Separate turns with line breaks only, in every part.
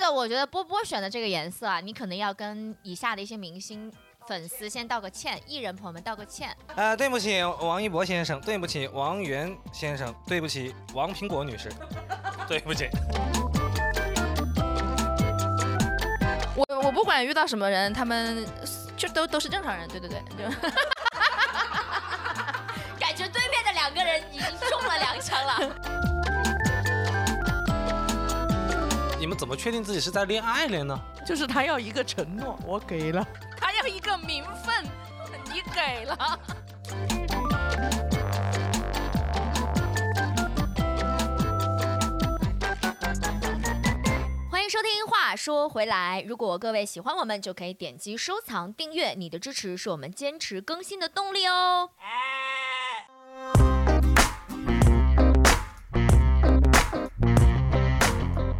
得，我觉得波波选的这个颜色啊，你可能要跟以下的一些明星粉丝先道个歉，艺人朋友们道个歉。
呃，对不起，王一博先生，对不起，王源先生，对不起，王苹果女士， 对不起。
我我不管遇到什么人，他们就都都是正常人，对对对，就
感觉对面的两个人已经中了两枪了。
你们怎么确定自己是在恋爱了呢？
就是他要一个承诺，我给了。
他要一个名分，你给了。
欢迎收听。话说回来，如果各位喜欢我们，就可以点击收藏、订阅。你的支持是我们坚持更新的动力哦。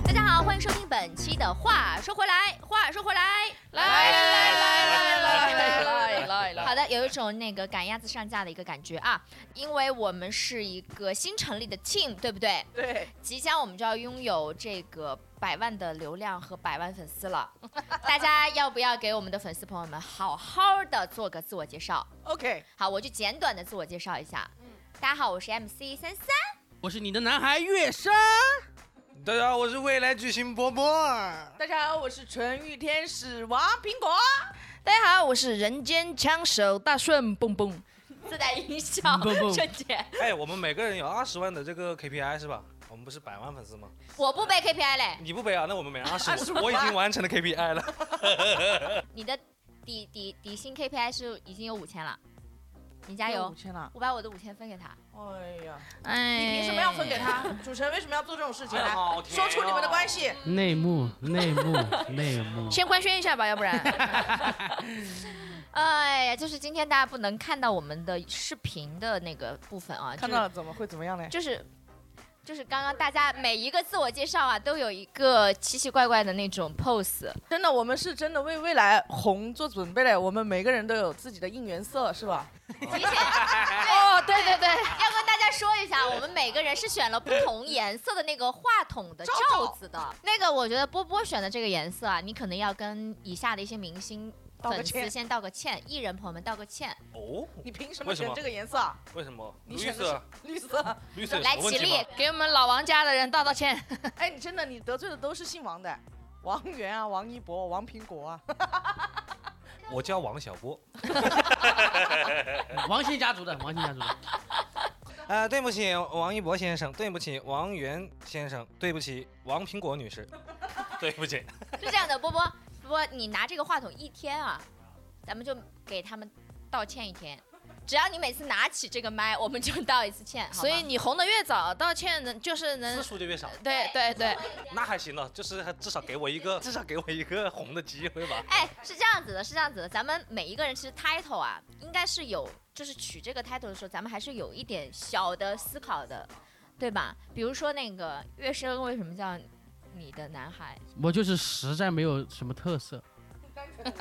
大家好，欢迎收听本期的《话说回来》。话说回来，
来来来来来来来来来，
好的，有一种那个赶鸭子上架的一个感觉啊，因为我们是一个新成立的 team，对不对？
对，
即将我们就要拥有这个百万的流量和百万粉丝了，大家要不要给我们的粉丝朋友们好好的做个自我介绍？
OK，
好，我就简短的自我介绍一下。大家好，我是 MC 三三。
我是你的男孩月山，
大家好，我是未来巨星波波。
大家好，我是纯欲天使王苹果。
大家好，我是人间枪手大顺蹦蹦。
自带音效，
嗯不不
瞬间，
哎，我们每个人有二十万的这个 KPI 是吧？我们不是百万粉丝吗？
我不背 KPI 嘞，
你不背啊？那我们没二十，我已经完成了 KPI 了。
你的底底底薪 KPI 是已经有五千了，你加油
五，千了，
我把我的五千分给他。
哎呀，
哎，
你凭什么要分给？他？主持人为什么要做这种事情来？说出你们的关
哎
系。
内幕内幕 内幕，
先官宣一下吧，要不 然
哎呀，就是今天大家不能看到我们的视频的那个部分啊，
看到了怎么会怎么样呢？
就是。就是刚刚大家每一个自我介绍啊，都有一个奇奇怪怪的那种 pose。
真的，我们是真的为未来红做准备了。我们每个人都有自己的应援色，是吧？
提前哦，对对对，要跟大家说一下，我们每个人是选了不同颜色的那个话筒的罩子的。那个我觉得波波选的这个颜色啊，你可能要跟以下的一些明星
道个
粉丝
歉，
先道个歉，艺人朋友们道个歉。
哦，
你凭什么
为什么
选这个颜色 啊？
为什么？
你
绿
选的
色，
绿色。
绿色有
来
什么问
起
题
立
吗
给我们老王家的人道道歉。
哎，你真的，你得罪的都是姓王的， 王源啊，王一博，王苹果啊。
我叫王小波。
王姓家族的，王姓家族的，
呃，对不起，王一博先生，对不起，王源先生，对不起，王苹果女士， 对不起。
是这样的，波波波波，你拿这个话筒一天啊，咱们就给他们道歉一天。只要你每次拿起这个麦，我们就道一次歉。好
所以
吗
你红的越早，道歉能就是
次
能，
数就越少，
对对对，
那还行了，啊就是还至少给我一个，至少给我一个红的机会吧。
哎，是这样子的，是这样子的，咱们每一个人其实 title 啊，应该是有，就是取这个 title 的时候，咱们还是有一点小的思考的，对吧？比如说那个月升为什么叫你的男孩？
我就是实在没有什么特色，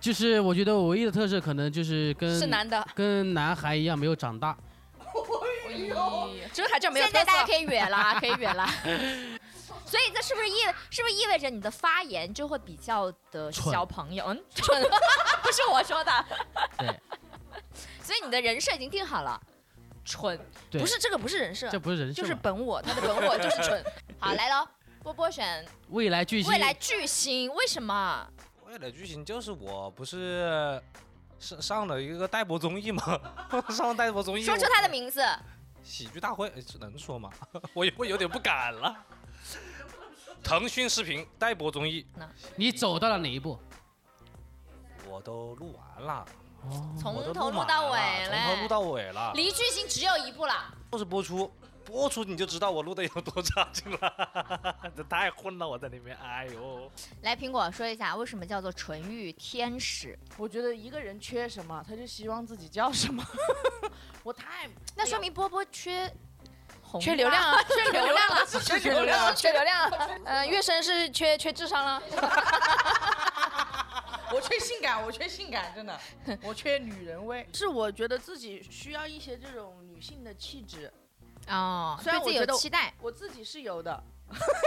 就是我觉得我唯一的特色可能就是跟
嗯
是男的，
跟男孩一样没有长大，
这还叫没有
现
特
在
色
大？家可以远了，啊，可以远了。所以这是不是意味，是不是意味着你的发言就会比较的
蠢
小朋友？嗯，蠢，不是我说的。
对，
所以你的人设已经定好了，蠢。
对
不是这个不是人设
这，不是人设
就
吗，
是本我，他的本我就是蠢。
好，来喽，波波选
未来巨星
未，来巨星，为什么？
未来剧情就是我不是上上了一个代播综艺吗？ 上了代播综艺，
说出他的名字。
喜剧大会呃这能说吗？ 我也会有点不敢了。腾讯视频代播综艺
你走到了哪一步？
我都录完了，
从
我都
头
录
录
满
到尾
了从头
嘞
录到尾了，
离巨星只有一步了。
就是播出，播出你就知道我录的有多差劲了， 这太混了，我在里面，哎呦，
来，苹果说一下为什么叫做纯欲天使？
我觉得一个人缺什么，他就希望自己叫什么。 我 太
那说明波波缺红
缺流
吧
量啊，缺流量 啊，
缺流量啊
缺流量啊。 嗯，月升是缺缺智商啊了。
我缺性感，我缺性感，真的， 我缺女人味。是我觉得自己需要一些这种女性的气质，
哦，
虽然
对自己
我觉
有
得
期待，
我自己是有的。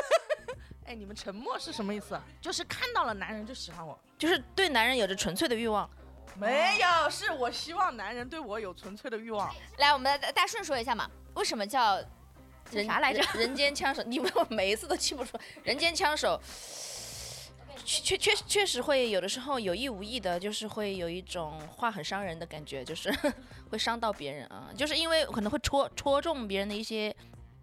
哎，你们沉默是什么意思？啊就是看到了男人就喜欢我？
就是对男人有着纯粹的欲望。
没有，是我希望男人对我有纯粹的欲望。
来，我们大大顺说一下嘛，为什么叫
人
啥来着？
人人 间枪手，你问我每一次都记不住。人间枪手，确确确确实会有的时候有意无意的，就是会有一种话很伤人的感觉，就是 会伤到别人啊，就是因为可能会戳戳中别人的一些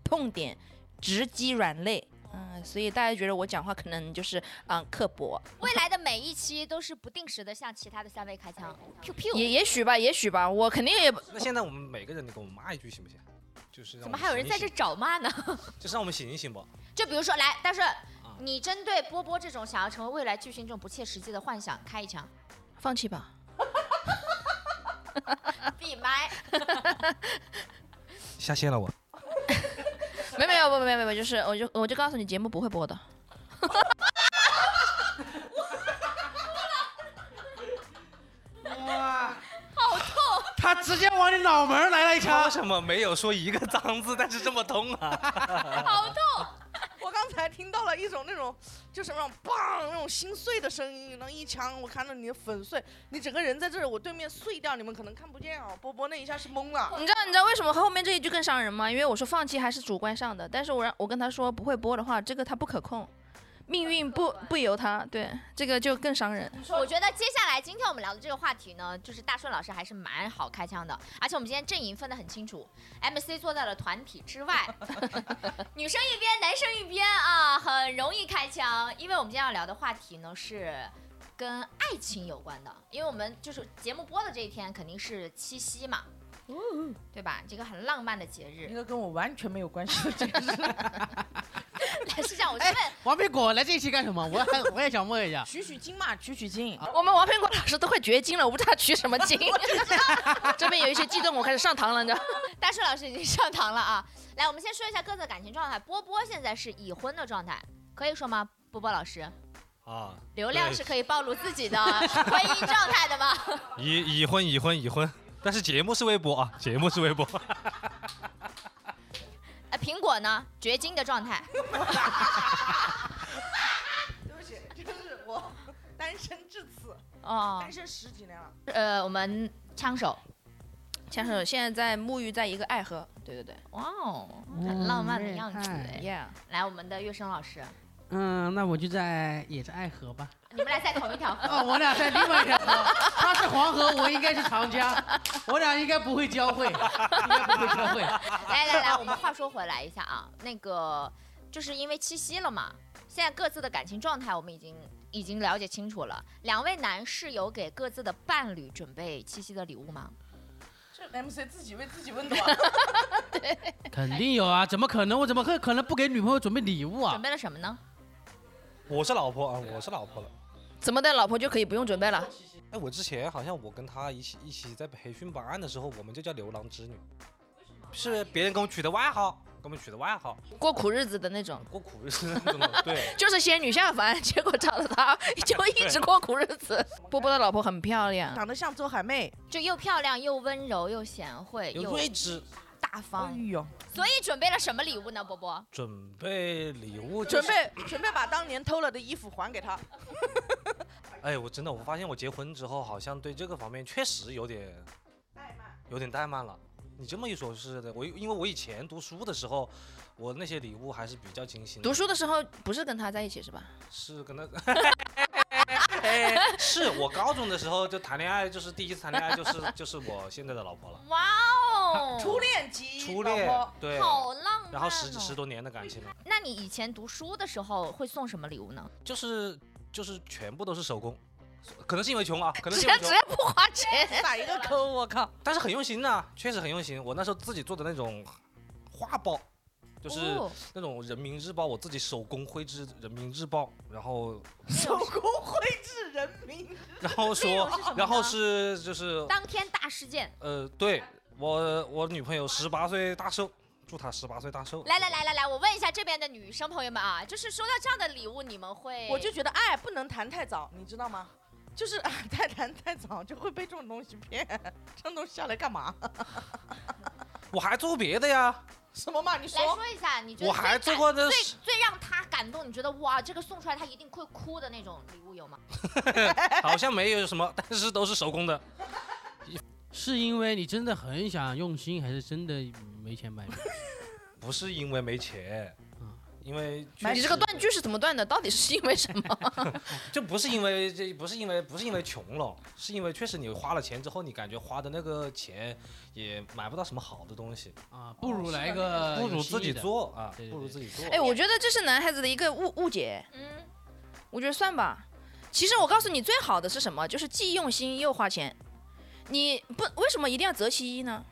痛点，直击软肋。嗯，所以大家觉得我讲话可能就是嗯刻薄，
未来的每一期都是不定时的向其他的三位开枪，Q Q。
也也许吧，也许吧，我肯定也不
那现在我们每个人，你给我们骂一句行不行？就是让
怎
我
么
们
还有人
醒一
在这
醒？
找骂呢？
就是让我们醒一醒吧。
就比如说，来，大顺，你针对波波这种想要成为未来巨星这种不切实际的幻想，开一枪，
放弃吧。
闭麦。
下线了我。
没有没有没有没有没有，就是我就我就告诉你，节目不会播的。
哇，好痛！他直接往你脑门儿来了一
他
枪
为。什么没有说一个脏字，但是这么痛啊？
我刚才听到了一种那种，就是那种砰那种心碎的声音，然后一枪我看到你的粉碎，你整个人在这儿我对面碎掉，你们可能看不见哦。波波那一下是懵了，
你知道你知道为什么后面这一句更伤人吗？因为我说放弃还是主观上的，但是我让我跟他说不会播的话，这个他不可控，命运不不由他，对，这个就更伤人。
我觉得接下来今天我们聊的这个话题呢，就是大顺老师还是蛮好开枪的，而且我们今天阵营分得很清楚，MC 坐在了团体之外，女生一边，男生一边啊，很容易开枪。因为我们今天要聊的话题呢是跟爱情有关的，因为我们就是节目播的这一天肯定是七夕嘛，对吧？这个很浪漫的节
一
日，
个跟我完全没有关系的解 释。。
是这样，我是问。
王苹果来这一期干什么？我还我也想问一下
取取经嘛，取取经。
我们王苹果老师都快绝经了，我不知道取什么经。 这边有一些激动，我开始上堂了，你知道？
大树老师已经上堂了啊！ 来，我们先说一下各自的感情状态。波波现在是已婚的状态，可以说吗？波波老师，
啊，
流量是可以暴露自己的婚姻状态的吗？
已已婚已婚已婚，但是节目是微博啊，节目是微博。
呃，苹果呢？绝经的状态。
对不起，就是我 单身至此，
哦
单，身十几年了。
呃，我们枪手，
枪手现在在沐浴在一个爱河，对对对
哇哦，很浪漫的样子哎。
，yeah。
来，我们的月生老师，
嗯，那我就在也在爱河吧。
你们俩在同一条河。
哦，我俩在另外一条河，他是黄河，我应该是长江，我俩应该不会交汇，应该不会交汇。
来来来，我们话说回来一下啊，那个就是因为七夕了嘛，现在各自的感情状态我们已经已经了解清楚了。两位男士有给各自的伴侣准备七夕的礼物吗？
这 MC 自己为自己温 暖。
肯定有啊，怎么可能？我怎么会可能不给女朋友准备礼物啊
准？备了什么呢？
我是老婆啊，我是老婆了。
怎么的，老婆就可以不用准备了？
哎，我之前好像我跟她一起一起在培训班的时候，我们就叫牛郎织女，是别人给我们取的外号，给我们取的外号，
过苦日子的那种，
过苦日子那 种。对，
就是仙女下凡，结果找了他，就一直过苦日子。 波波的老婆很漂亮，
长得像周海媚，
就又漂亮又温柔又贤惠
有
又
睿智。
大
哎
方，
呦，
所以准备了什么礼物呢？波波，
准备礼物、
准。备准备把当年偷了的衣服还给他。
哎，我真的我发现我结婚之后，好像对这个方面确实有点有点怠慢了。你这么一说，是的，我因为我以前读书的时候，我那些礼物还是比较精心的。
读书的时候不是跟他在一起是吧？
是跟他，哎 是我高中的时候就谈恋爱，就是第一次谈恋爱就是就是我现在的老婆了，
哇哦，
初恋及
初恋
老婆
对，
好浪漫、哦。
然后十几十多年的感情了，
那你以前读书的时候会送什么礼物呢？
就是就是全部都是手工，可能是因为穷啊，可能
只
是因
要
为
只
穷，
要不花钱，
打一个扣，我靠！
但是很用心呐、确实很用心。我那时候自己做的那种画报，就是
哦
那种人民日报，我自己手工绘制人民日报，然 后
手工绘制人民，
然后说
内容是什么，
然后
呢
是就是
当天大事件。
呃，对我我女朋友十八岁大寿，祝她十八岁大寿。
来来来来来，我问一下这边的女生朋友们啊，就是收到这样的礼物，你们会？
我就觉得爱不能谈太早，你知道吗？就是啊，太谈太早就会被这种东西骗，这种东西下来干嘛？
我还做别的呀，
什么嘛？你
来
说
说一下，你觉得
我还
最
做
感
过的
最
是
最让他感动，你觉得哇，这个送出来他一定会哭的那种礼物有吗？
好像没有什么，但是都是手工的。
是因为你真的很想用心，还是真的没钱买？
不是因为没钱
嗯，
因为确
你这个
实
断句是怎么断的？到底是因为什么？
就不是因为这不是因为不是因为穷了，是因为确实你花了钱之后，你感觉花的那个钱也买不到什么好的东西，
啊，不如来个
哦不如
呃有新
自己
意的。
做啊
对，对
不如
对
自己做。
哎，我觉得这是男孩子的一个误误解，
嗯，
我觉得算吧。其实我告诉你，最好的是什么？就是既用心又花钱。你不为什么一定要择其一呢？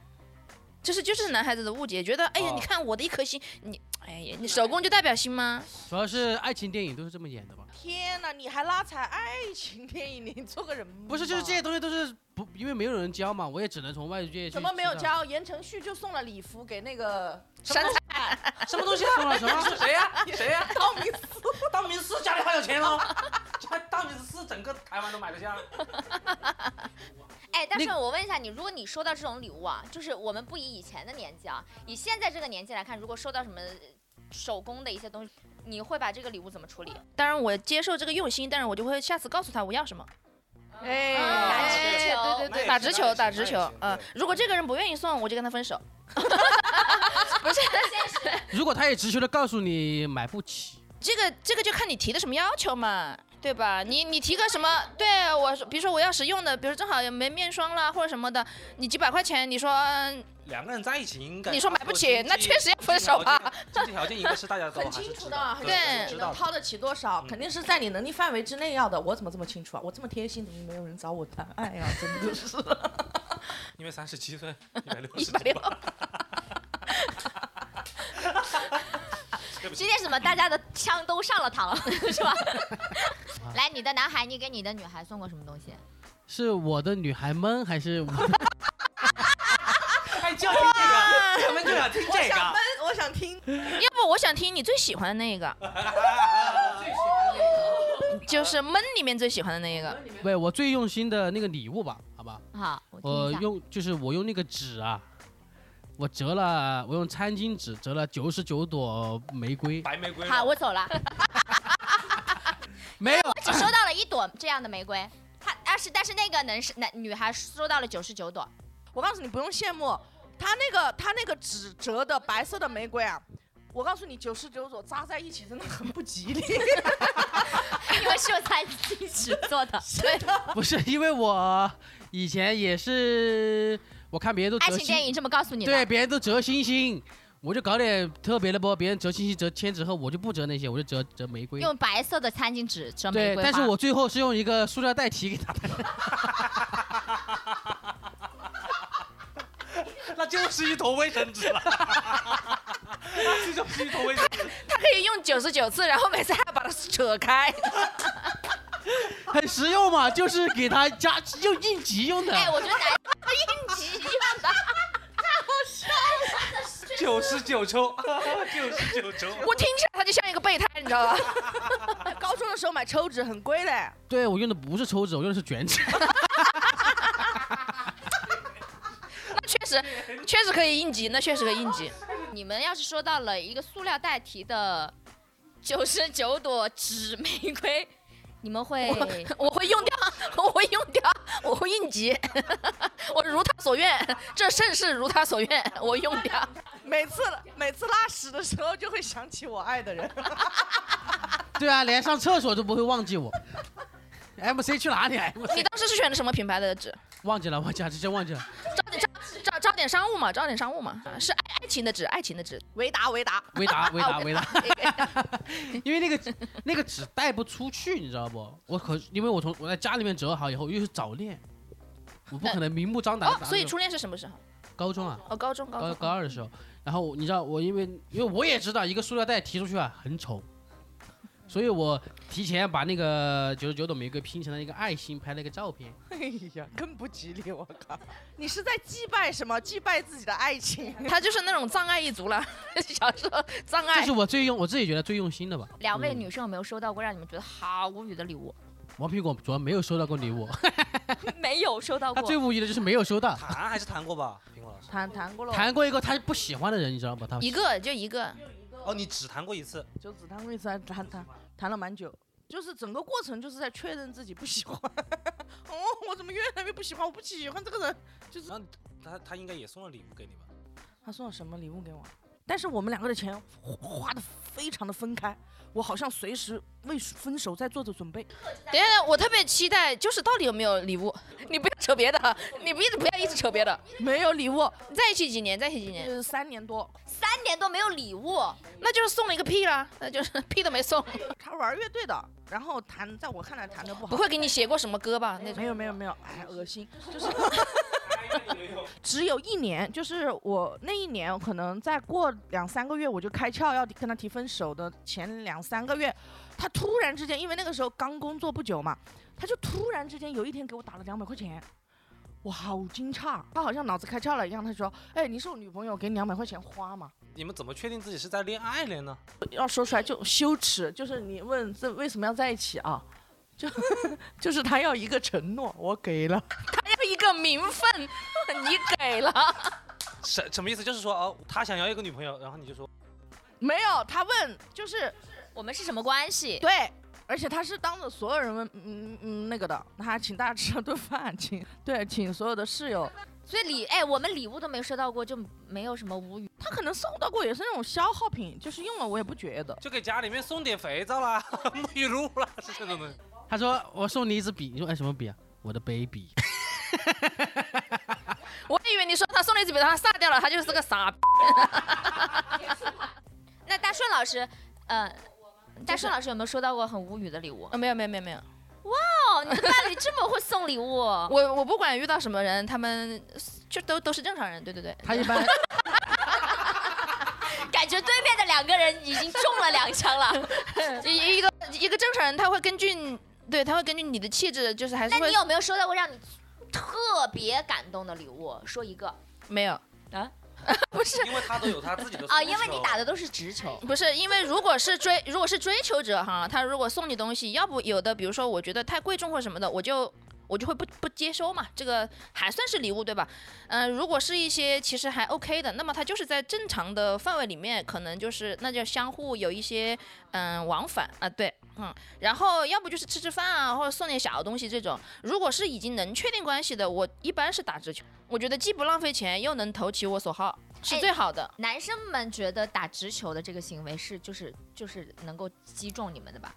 就是就是男孩子的误解，觉得哎呀，
哦
你看我的一颗心，你哎呀，你手工就代表心吗？
主要是爱情电影都是这么演的吧？
天哪，你还拉踩哎爱情电影？你做个人
不是，就是这些
样。
东西都是不，因为没有人教嘛，我也只能从外界去
怎么没有
知道？
教？言承旭就送了礼服给那个
山菜
什么东西啊？什么什 么？
谁呀？谁呀？
道明寺，
道明寺家里还有钱喽？家
哎
道明寺整个台湾都买得下。
哎，但是
那
我问一下你，如果你收到这种礼物啊，就是我们不以以前的年纪啊，以现在这个年纪来看，如果收到什么手工的一些东西，你会把这个礼物怎么处理？
当然我接受这个用心，但是我就会下次告诉他我要什么。
哎
打
直
球
对对对，
哎
打直球，打直球
那也行。那也
嗯
行，对
如果这个人不愿意送，我就跟他分手。
如果他也直球的告诉你买不起，
这个这个就看你提的什么要求嘛，对吧？你你提个什么？对我说，比如说我要实用的，比如说正好也没面霜啦或者什么的，你几百块钱，你说嗯
两个人在一起应该
你说买不起，那确实要
经济
分手吧。。
经济条件一个是大 家都
很
还是
清楚
知
的
道，，
很
对
清
知
楚
道
的，
的。
掏得起多少，
嗯
肯定是在你能力范围之内要的。我怎么这么清楚啊？我这么贴心，怎么没有人找我谈爱呀？ 真的是。
因为三十七 岁，一百六
一
十
百六，
今天怎么大家的枪都上了膛， 是吧？来，你的男孩，你给你的女孩送过什么东西？
是我的女孩们还是我 的？
哎，就听这个，他们就想听
我想闷，我想听。
要不我想听你最喜欢的那一个， 就是闷里面最喜欢的那一个。
对，我最用心的那个礼物吧，好吧，
好，我听
我
一下。
用就是我用那个纸啊，我折了，我用餐巾纸折了九十九朵 玫瑰，
白玫瑰嘛。
好，我走了。
没有，
我只收到了一朵这样的玫瑰，他但是但是那个男是男女孩收到了九十九朵，
我告诉你，不用羡慕，他那个他那个纸折的白色的玫瑰啊，我告诉你，九十九朵扎在一起真的很不吉 利。
因为是用餐巾纸做的。对，
不是因为我以前也是，我看别人都
爱
折
情电
星，
影这么告诉你的。
对，，别人都折星星，我就搞点特别的不，别人折星星、折千纸鹤，我就不折那些，我就折折玫瑰。
用白色的餐巾纸折玫
对，
瑰
但是
花
我最后是用一个塑料袋提给他的，
那就是一坨卫生纸了，这就是一坨卫生纸。
他可以用九十九次，然后每次还要把它扯开。
很实用嘛，就是给他加用应急用 的。
哎，我觉得男应急用的。
九十九抽， 九十九抽。
我听起来他就像一个备胎，你知道吧？
高中的时候买抽纸很贵嘞，
对我用的不是抽纸，我用的是卷纸。
那确实，确实可以应急，那确实可以应急。
你们要是收到了一个塑料袋提的 九十九朵纸玫瑰，你们会
哎
我会用掉，我会用掉，我会应急， 我如他所愿，这盛世如他所愿，我用掉。
每次每次拉屎的时候就会想起我爱的人。
对啊，连上厕所都不会忘记我。MC 去哪里啊
你
？MC
当时是选的什么品牌的纸？
忘记了，忘记了，直接忘记了。
招点招招招点商务嘛，招点商务嘛，是爱爱情的纸，爱情的纸。
维达维达，
维达，维达，维达，因为那个那个纸带不出去，你知道不？我可因为我从我在家里面折好以后，又是早恋，我不可能明目张胆地
哦
打那种。，
所以初恋是什么时候？
高中啊，
哦，高中高
高
中嗯
高二的时候，然后你知道我因为因为我也知道一个塑料袋提出去啊 很丑，所以我提前把那个九十九朵玫瑰拼成了一个爱心，拍了一个照片。
哎呀，更不吉利，我靠！你是在祭拜什么？祭拜自己的爱情？
他就是那种障碍一族了， 小时候障
这
碍
是。我最用我自己觉得最用心的吧。
两位
嗯
女生有没有收到过让你们觉得好无语的礼物？
王苹果主要没有收到过 礼物，
没有收到
他最
过。
无语的就是没有收到。
谈还是谈过吧，苹果老师。
谈谈过 了，
谈过一个他不喜欢的人，你知道吗？他
一个就一个，
嗯
哦，你只谈过一次，
就只谈过一次，还谈谈谈了蛮久，就是整个过程就是在确认自己不喜欢。 哦，我怎么越来越不喜欢？我不喜欢这个人。就是
然后他他应该也送了礼物给你吧？
他送了什么礼物给我？啊但是我们两个的钱花花的非常的分开，我好像随时为分手在做着准备。
等一下，我特别期待，就是到底有没有礼物？ 你不要扯别的啊，你不一直不要一直扯别的。
没有礼物，
你在一起几年？在一起几年？
呃，三年多。
三年都没有礼物，
那就是送了一个屁啦，那就是 屁都没送，
他玩乐队的，然后弹，在我看来弹的不
不
好。
会给你写过什么歌吧？那种
没有没有没有，哎，恶心， 就是 只有一年，就是我那一年可能再过两三个月我就开窍要跟他提分手的前两三个月，他突然之间，因为那个时候刚工作不久嘛，他就突然之间有一天给我打了两百块钱。我好惊诧，他好像脑子开窍了一样，他说：“哎，你是我女朋友，给你两百块钱花嘛。”
你们怎么确定自己是在恋爱了呢？
要说出来就羞耻，就是你问这为什么要在一起啊？就 就是他要一个承诺，我给了，
要一个名分，你给了，
什什么意思？就是说哦，他想要一个女朋友，然后你就说
没有。他问就是
我们是什么关系？
对，而且他是当着所有人问，嗯嗯那个的，他还请大家吃了顿饭，请对，请所有的室友。
所以礼哎，我们礼物都没收到过，就没有什么无语。
他可能送到过也是那种消耗品，就是用了我也不觉得。
就给家里面送点肥皂啦、 沐浴露啦，是这种东西。
他说我送你一支笔，你说哎什么笔啊？我 的 baby。
我还以为你说他送了一支笔，他撒掉了，他就是个傻逼。
那大顺老师，呃，大顺老师有没有收到过很无语的礼物？
啊，没有没有没有没有，
哦，你的伴侣这么会送礼物，
我我不管遇到什么人，他们就都都是正常人，对对对。
他一般
感觉对面的两个人已经中了两枪 了。
一一个一个正常人，他会根据你对，他会根据你的气质，就是还是
那
会
你有没有收到过让你特别感动的礼物？说一个
没有
啊？
不是
因为他都有他自己的
啊，
诉
因为
求
你打的都是直球。
不是，因为如果是追如果是追求者哈，他如果送你东西，要不有的比如说我觉得太贵重或什么的，我就。我就会不不接收嘛，这个还算是礼物对吧？嗯、如果是一些其实还 OK 的，那么他就是在正常的范围里面，可能就是那就相互有一些嗯、往返啊，对，嗯，然后要不就是吃吃饭啊，或者送点小东西这种。如果是已经能确定关系的，我一般是打直球，我觉得既不浪费钱，又能投其我所好，是
哎
最好的。
男生们觉得打直球的这个行为是就是就是能够击中你们的吧？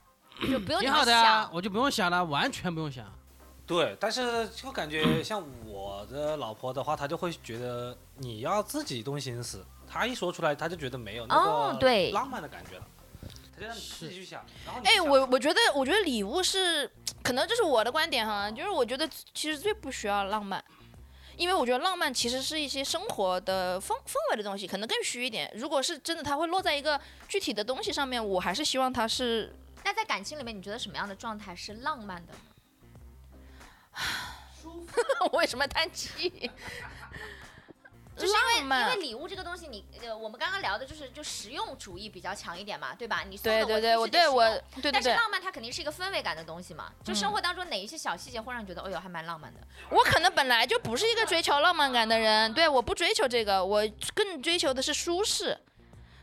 就不用你
挺
们
好的啊，
想。
我就不用想了，完全不用想。
对，但是就感觉像我的老婆的话，她就会觉得你要自己动心思，她一说出来，她就觉得没有那
哦
个
对
浪漫的感觉了，她就让你自己去想。然后你
哎，
想
我我觉得，我觉得礼物是，可能这是我的观点哈，就是我觉得其实最不需要浪漫，因为我觉得浪漫其实是一些生活的氛氛围的东西，可能更虚一点。如果是真的，它会落在一个具体的东西上面，我还是希望它是
那在感情里面，你觉得什么样的状态是浪漫 的？
为什么叹气？
就是因
浪
为因为
漫
礼物这个东西你，呃，我们刚刚聊的就是就实用主义比较强一点嘛，对吧？你送
对
的
对对，
我
我
必须得实
对我
用
对对
但是
对，嗯
浪漫它肯定是一个氛围感的东西嘛，就生活当中哪一些小细节会让你觉得，哎呦，还蛮浪漫的。
我可能本来就不是一个追求浪漫感的人，对，我不追求这个，我更追求的是舒适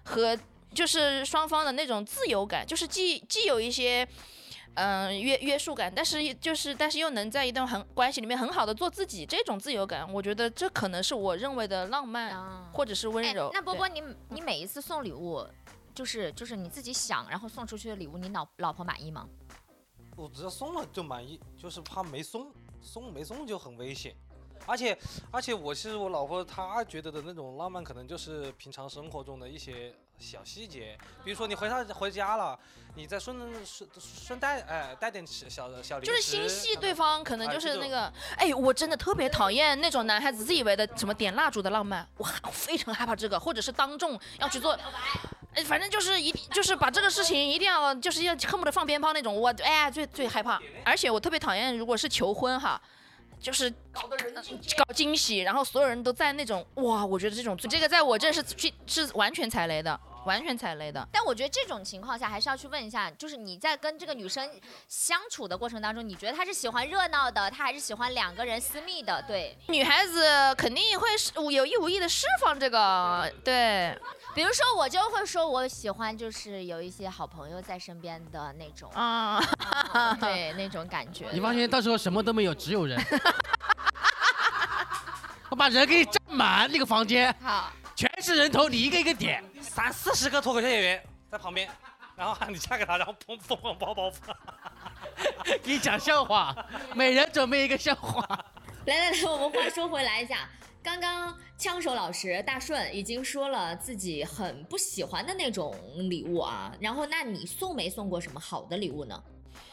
和就是双方的那种自由感，就是既既有一些。嗯，约约束感，但是就是，但是又能在一段很关系里面很好的做自己，这种自由感，我觉得这可能是我认为的浪漫，
啊，
或者是温柔。
哎、那波
嗯对
波，你你每一次送礼物，就是就是你自己想，然后送出去的礼物，你老老婆满意吗？
我只要送了就满意，就是怕没送，送没送就很危险。而且而且我是我老婆，她觉得的那种浪漫，可能就是平常生活中的一些小细节，比如说你回她回家了，你再顺顺顺带哎带点小小小零
就是
食
心细
可能
对方，可能
哎
就
这
是
种
那个，哎，我真的特别讨厌那种男孩子自以为的什么点蜡烛的浪漫，我我非常害怕这个，或者是当众要去做，哎，反正就是一定就是把这个事情一定要就是要恨不得放鞭炮那种，我哎最最害怕，而且我特别讨厌如果是求婚哈。就是搞惊喜，然后所有人都在那种哇，我觉得这种这个在我这是去是完全踩雷的，完全踩雷的。
但我觉得这种情况下还是要去问一下，就是你在跟这个女生相处的过程当中，你觉得她是喜欢热闹的，她还是喜欢两个人私密的？对，
女孩子肯定会是有意无意的释放这个，对，
比如说我就会说我喜欢就是有一些好朋友在身边的那种，
啊，
啊对那种感觉。
你发现到时候什么都没有，只有人。我把人给你占满，那个房间
好，
全是人头，你一个一个点。
三四十个脱口秀演员在旁边，然后喊你嫁给他，然后砰砰砰砰砰砰，
给你讲笑话，每人准备一个笑话。
来来来，我们话说回来一下，刚刚枪手老师大顺已经说了自己很不喜欢的那种礼物啊，然后那你送没送过什么好的礼物呢？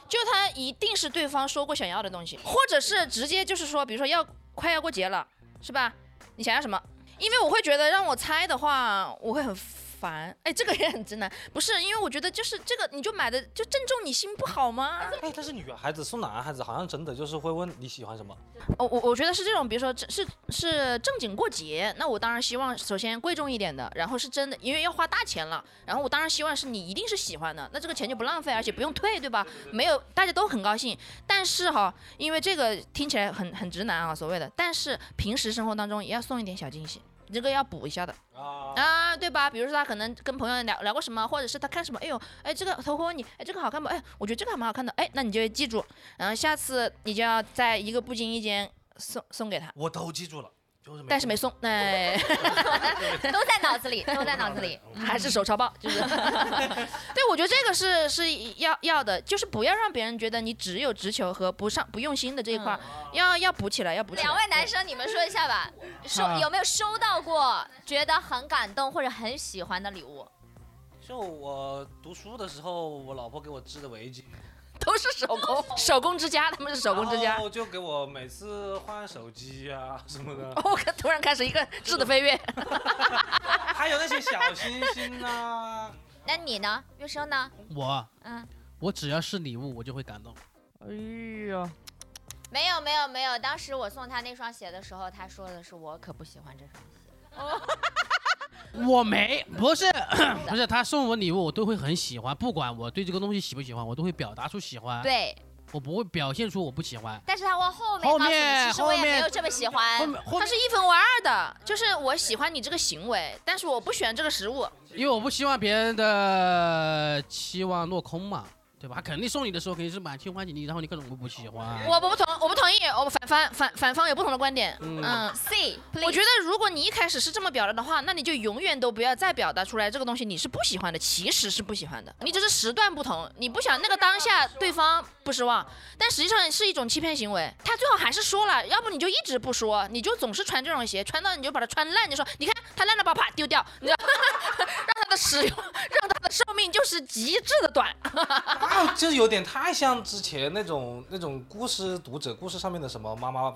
就他一定是对方说过想要的东西，或者是直接就是说，比如说要快要过节了，是吧？你想要什么？因为我会觉得让我猜的话，我会很烦。哎，这个也很直男，不是？因为我觉得就是这个，你就买的就正中你心不好吗？
哎，但是女孩子送男孩子好像真的就是会问你喜欢什么，
哦我我我觉得是这种，比如说这是是正经过节，那我当然希望首先贵重一点的，然后是真的，因为要花大钱了，然后我当然希望是你一定是喜欢的，那这个钱就不浪费，而且不用退，对吧？没有，大家都很高兴。但是哈，因为这个听起来很很直男啊，所谓的，但是平时生活当中也要送一点小惊喜。这个要补一下的
啊
啊，对吧？比如说他可能跟朋友聊聊过什么，或者是他看什么，哎呦，哎这个头盔你，哎这个好看不？哎，我觉得这个还蛮好看的，哎，那你就记住，然后下次你就要在一个不经意间送送给他。
我都记住了，就是
但是没送，哎，
都在脑子里，都在脑子里。
还是手抄报，就是。 对，我觉得这个是是要要的，就是不要让别人觉得你只有直球和不上不用心的这一块，要要补起来，要补起来。
两位男生，你们说一下吧，收
啊
有没有收到过觉得很感动或者很喜欢的礼物？
就我读书的时候，我老婆给我织的围巾，
都是手工，手工之家，他们是手工之家
然。后就给我每次换手机啊什么的，
我看突然开始一个质的飞跃，
还有那些小星星 啊，
那你呢，月生呢？
我，
嗯，
我只要是礼物，我就会感动。
哎呀，
没有没有没有，当时我送他那双鞋的时候，他说的是我可不喜欢这双鞋。
我没，不是， 不是，他送我礼物，我都会很喜欢，不管我对这个东西喜不喜欢，我都会表达出喜欢，
对，
我不会表现出我不喜欢。
但是他往后面
后
告诉你，
面
其实我也
后面
没有这么喜欢
后。面后
它
面，
是一分为二的，就是我喜欢你这个行为，但是我不喜欢这个食物。
因为我不希望别人的期望落空嘛，对吧？他肯定送你的时候肯定是满心欢喜，你然后你各种我不喜欢，
我不不同，我不同意，我反反反反方有不同的观点。
嗯
嗯
C，
我觉得，如果你一开始是这么表达的话，那你就永远都不要再表达出来这个东西你是不喜欢的，其实是不喜欢的，你只是时段不同，你不想那个当下对方不失望，但实际上是一种欺骗行为。他最后还是说了，要不你就一直不说，你就总是穿这种鞋，穿到你就把它穿烂，你说你看它烂了吧，啪丢掉，你知道， 让它的使用， 让它的寿命就是极致的短。
啊，就有点太像之前那种那种故事读者故事上面的什么妈妈，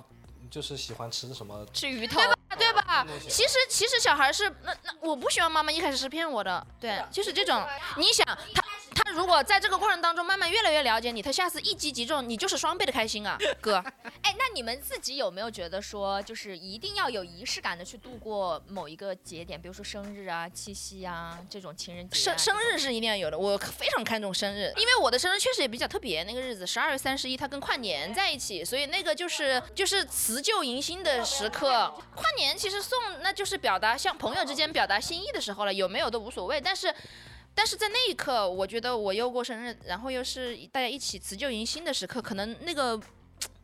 就是喜欢吃什么
吃鱼头，
对吧
那？些
其实其实小孩是那那我不喜欢妈妈一开始是骗我的，对，就是这种。啊你想他他如果在这个过程当中慢慢越来越了解你，他下次一击即中，你就是双倍的开心啊，哥。
哎，那你们自己有没有觉得说，就是一定要有仪式感的去度过某一个节点，比如说生日啊、七夕啊这种情人节、啊？
生生日是一定要有的，我非常看重生日，因为我的生日确实也比较特别，那个日子十二月三十一，它跟跨年在一起，所以那个就是就是辞旧迎新的时刻。跨年其实送那就是表达像朋友之间表达心意的时候了，有没有都无所谓，但是。但是在那一刻，我觉得我又过生日，然后又是大家一起辞旧迎新的时刻，可能那个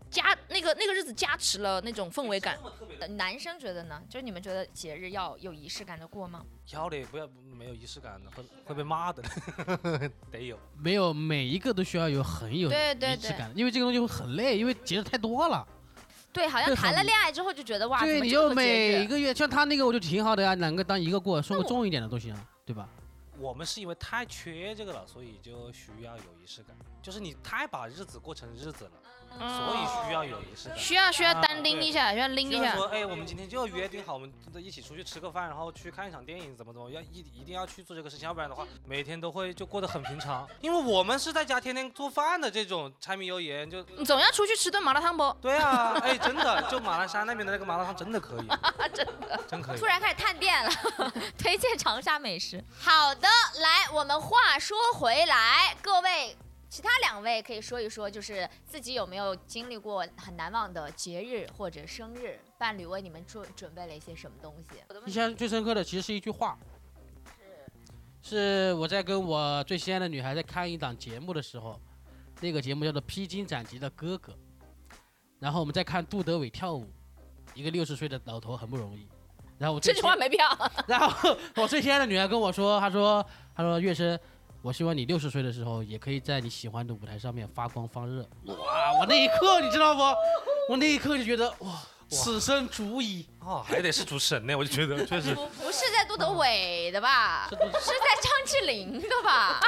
加那个那个日子加持了那种氛围感。
呃男生觉得呢？就是你们觉得节日要有仪式感的过吗？
要的不要没有仪式感的，会会被骂的，得有。
没有每一个都需要有很有
对对
仪式感，因为这个东西会很累，因为节日太多了。
对，好像
对
谈了
很
恋爱之后就觉得哇，
对，
怎么
你
这么
就
多节
每
日？
个月像他那个我就挺好的呀、两个当一个过，送个
那我
重一点的都行啊，对吧？
我们是因为太缺这个了，所以就需要有仪式感。就是你太把日子过成日子了，所
嗯，
以需要有仪式感。
需要需要
啊
单拎
对
一下，需要拎
就
一
是
下
说，，哎，我们今天就要约定好，我们一起出去吃个饭，然后去看一场电影，怎么怎么样，一一定要去做这个事情，要不然的话，每天都会就过得很平常。因为我们是在家天天做饭的这种柴米油盐，就
你总要出去吃顿麻辣烫不？
对啊，哎，真的，就马栏山那边的那个麻辣烫真的可以，真的真可以
突。然开始探店了， 推荐长沙美食。好的，来，我们话说回来，各位。其他两位可以说一说，就是自己有没有经历过很难忘的节日或者生日，伴侣为你们准准备了一些什么东 西？
嗯
印象最深刻的其实是一句话，是我在跟我最心爱的女孩在看一档节目的时候，那个节目叫做《披荆斩棘的哥哥》，然后我们在看杜德伟跳舞，一个六十岁的老头很不容易。然后我
这
最
句
心
话没必要。
然后我最亲爱的女孩跟我说，她说，她说月生，我希望你六十岁的时候也可以在你喜欢的舞台上面发光发热。哇，我那一刻你知道不？我那一刻就觉得哇，此生足矣。
哦，还得是主持人呢，我就觉得确实，
不不是在杜德伟的吧？
这都
是在张智霖的吧？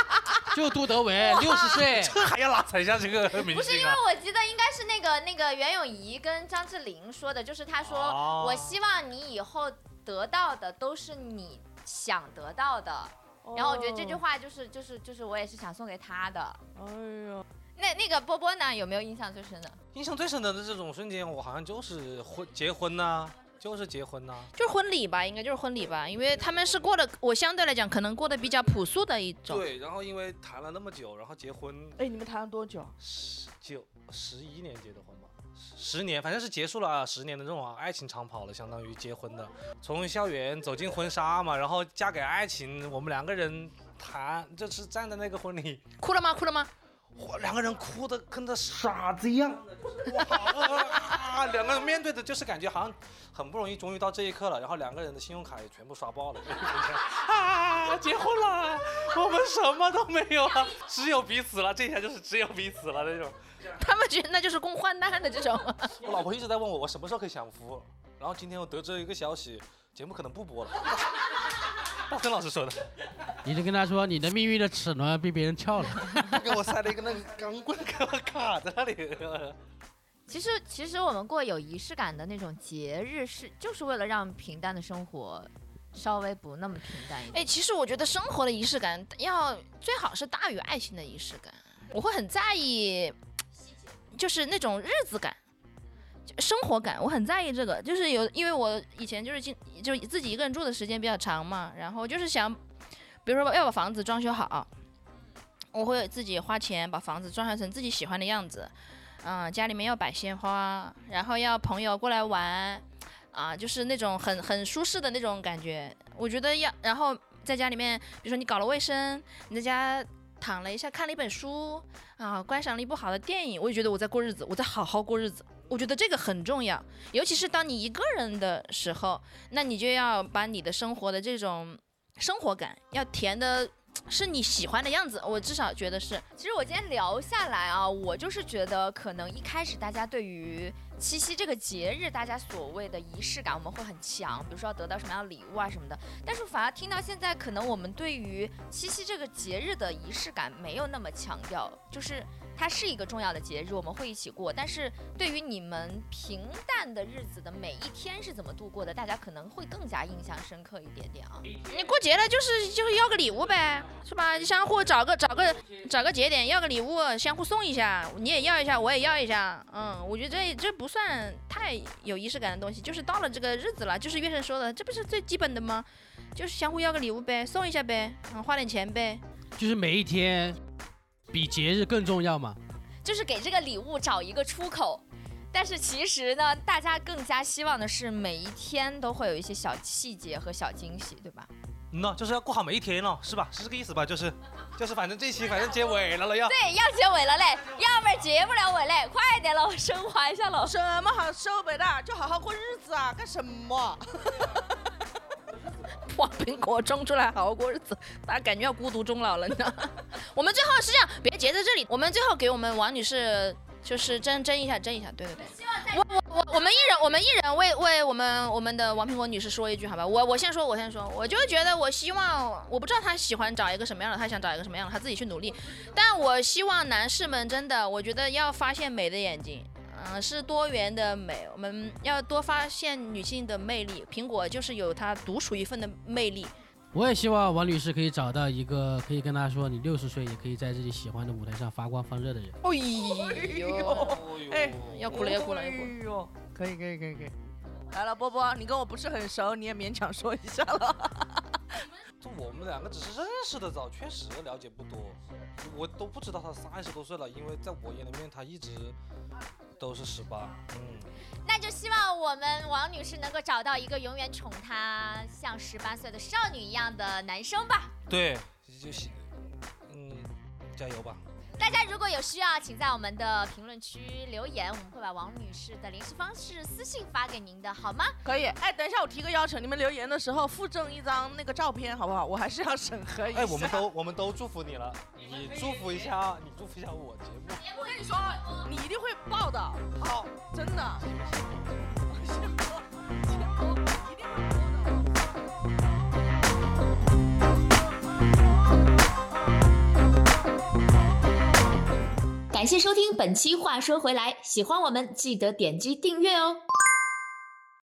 就杜德伟六十岁，
这还要拉踩一下这个明
不是，
星
因为
啊。
我记得应该是那个那个袁咏仪跟张智霖说的，就是他说、
哦
我希望你以后得到的都是你想得到的。然后我觉得这句
哦，
话就是就是就是我也是想送给他的。
哎呦，
那那个波波呢，有没有印象最深的？
印象最深的这种瞬间，我好像就是婚结婚呐、就是结婚呐、
就是婚礼吧，应该就是婚礼吧，因为他们是过的，我相对来讲可能过得比较朴素的一种。
对，然后因为谈了那么久，然后结婚
哎，你们谈了多久？
十九十一年结的婚吧，十十年，反正是结束了啊，十年的这种、啊、爱情长跑了，相当于结婚的，从校园走进婚纱嘛，然后嫁给爱情，我们两个人谈，就是站在那个婚礼，
哭了吗？哭了吗？
哇，两个人哭的跟个傻子一样，哇，两个人面对的就是感觉好像很不容易，终于到这一刻了，然后两个人的信用卡也全部刷爆了，啊，结婚了，我们什么都没有了，只有彼此了，这下就是只有彼此了那种。
他们觉得那就是共患难的这种。
我老婆一直在问我，我什么时候可以享福？然后今天我得知了一个消息，节目可能不播了。大森老师说的，
你就跟她说你的命运的齿轮被别人撬了。
他给我塞了一个那个钢棍，给我卡在那里。
其实其实我们过有仪式感的那种节日是就是为了让平淡的生活稍微不那么平淡一点。
哎，其实我觉得生活的仪式感要最好是大于爱情的仪式感，我会很在意，就是那种日子感。就生活感，我很在意这个，就是有，因为我以前就是经，就是自己一个人住的时间比较长嘛，然后就是想，比如说要把房子装修好，我会自己花钱把房子装修成自己喜欢的样子，嗯，家里面要摆鲜花，然后要朋友过来玩，啊，就是那种很很舒适的那种感觉，我觉得要，然后在家里面，比如说你搞了卫生，你在家躺了一下，看了一本书啊，观赏了一部好的电影，我就觉得我在过日子，我在好好过日子。我觉得这个很重要，尤其是当你一个人的时候，那你就要把你的生活的这种生活感要填的是你喜欢的样子，我至少觉得是。
其实我今天聊下来啊，我就是觉得可能一开始大家对于七夕这个节日，大家所谓的仪式感我们会很强，比如说要得到什么样的礼物啊什么的。但是反而听到现在，可能我们对于七夕这个节日的仪式感没有那么强调，就是它是一个重要的节日，我们会一起过。但是对于你们平淡的日子的每一天是怎么度过的，大家可能会更加印象深刻一点点啊。
你过节了就是就是要个礼物呗，是吧？相互找个找个找个节点要个礼物，相互送一下，你也要一下，我也要一下。嗯，我觉得这这不算太有仪式感的东西，就是到了这个日子了，就是月神说的，这不是最基本的吗？就是相互要个礼物呗，送一下呗，嗯，花点钱呗。
就是每一天比节日更重要嘛。
就是给这个礼物找一个出口。但是其实呢，大家更加希望的是每一天都会有一些小细节和小惊喜，对吧？
嗯呐，就是要过好每一天哦，是吧？是这个意思吧？就是，就是反正这期反正结尾了了要。
对，要结尾了嘞，要不然结不了尾嘞，快点喽，升华一下喽。
什么好收尾的？就好好过日子啊，干什么？
往 苹果种出来，好好过日子。大家感觉要孤独终老了，你知道吗？我们最后是这样，别结在这里。我们最后给我们王女士就是争争一下，争一下，对对对。我我我我们一人我们一人为为我们我们的王苹果女士说一句好吧，我我先说我先说，我就觉得我希望我不知道她喜欢找一个什么样的，她想找一个什么样的，她自己去努力。但我希望男士们真的，我觉得要发现美的眼睛，嗯、是多元的美，我们要多发现女性的魅力。苹果就是有它独属一份的魅力。
我也希望王女士可以找到一个可以跟她说你六十岁也可以在自己喜欢的舞台上发光发热的人。
哎呦，
哦
哎，
要哭了要哭了要哭了！
哎呦，可以可以可以可以，来了波波，你跟我不是很熟，你也勉强说一下了。
这我们两个只是认识的早，确实了解不多，我都不知道他三十多岁了，因为在我眼里面他一直都是十八。嗯，
那就希望我们王女士能够找到一个永远宠她像十八岁的少女一样的男生吧。
对，就是，嗯，加油吧。
大家如果有需要，请在我们的评论区留言，我们会把王女士的联系方式私信发给您的，好吗？
可以，哎，等一下，我提个要求，你们留言的时候附赠一张那个照片，好不好？我还是要审核一下。
哎，我们都我们都祝福你了，你祝福一下，你祝福一下我节目。
我跟你说，你一定会爆的，好，真的。一定会爆的。
感谢收听本期《话说回来》，喜欢我们记得点击订阅哦。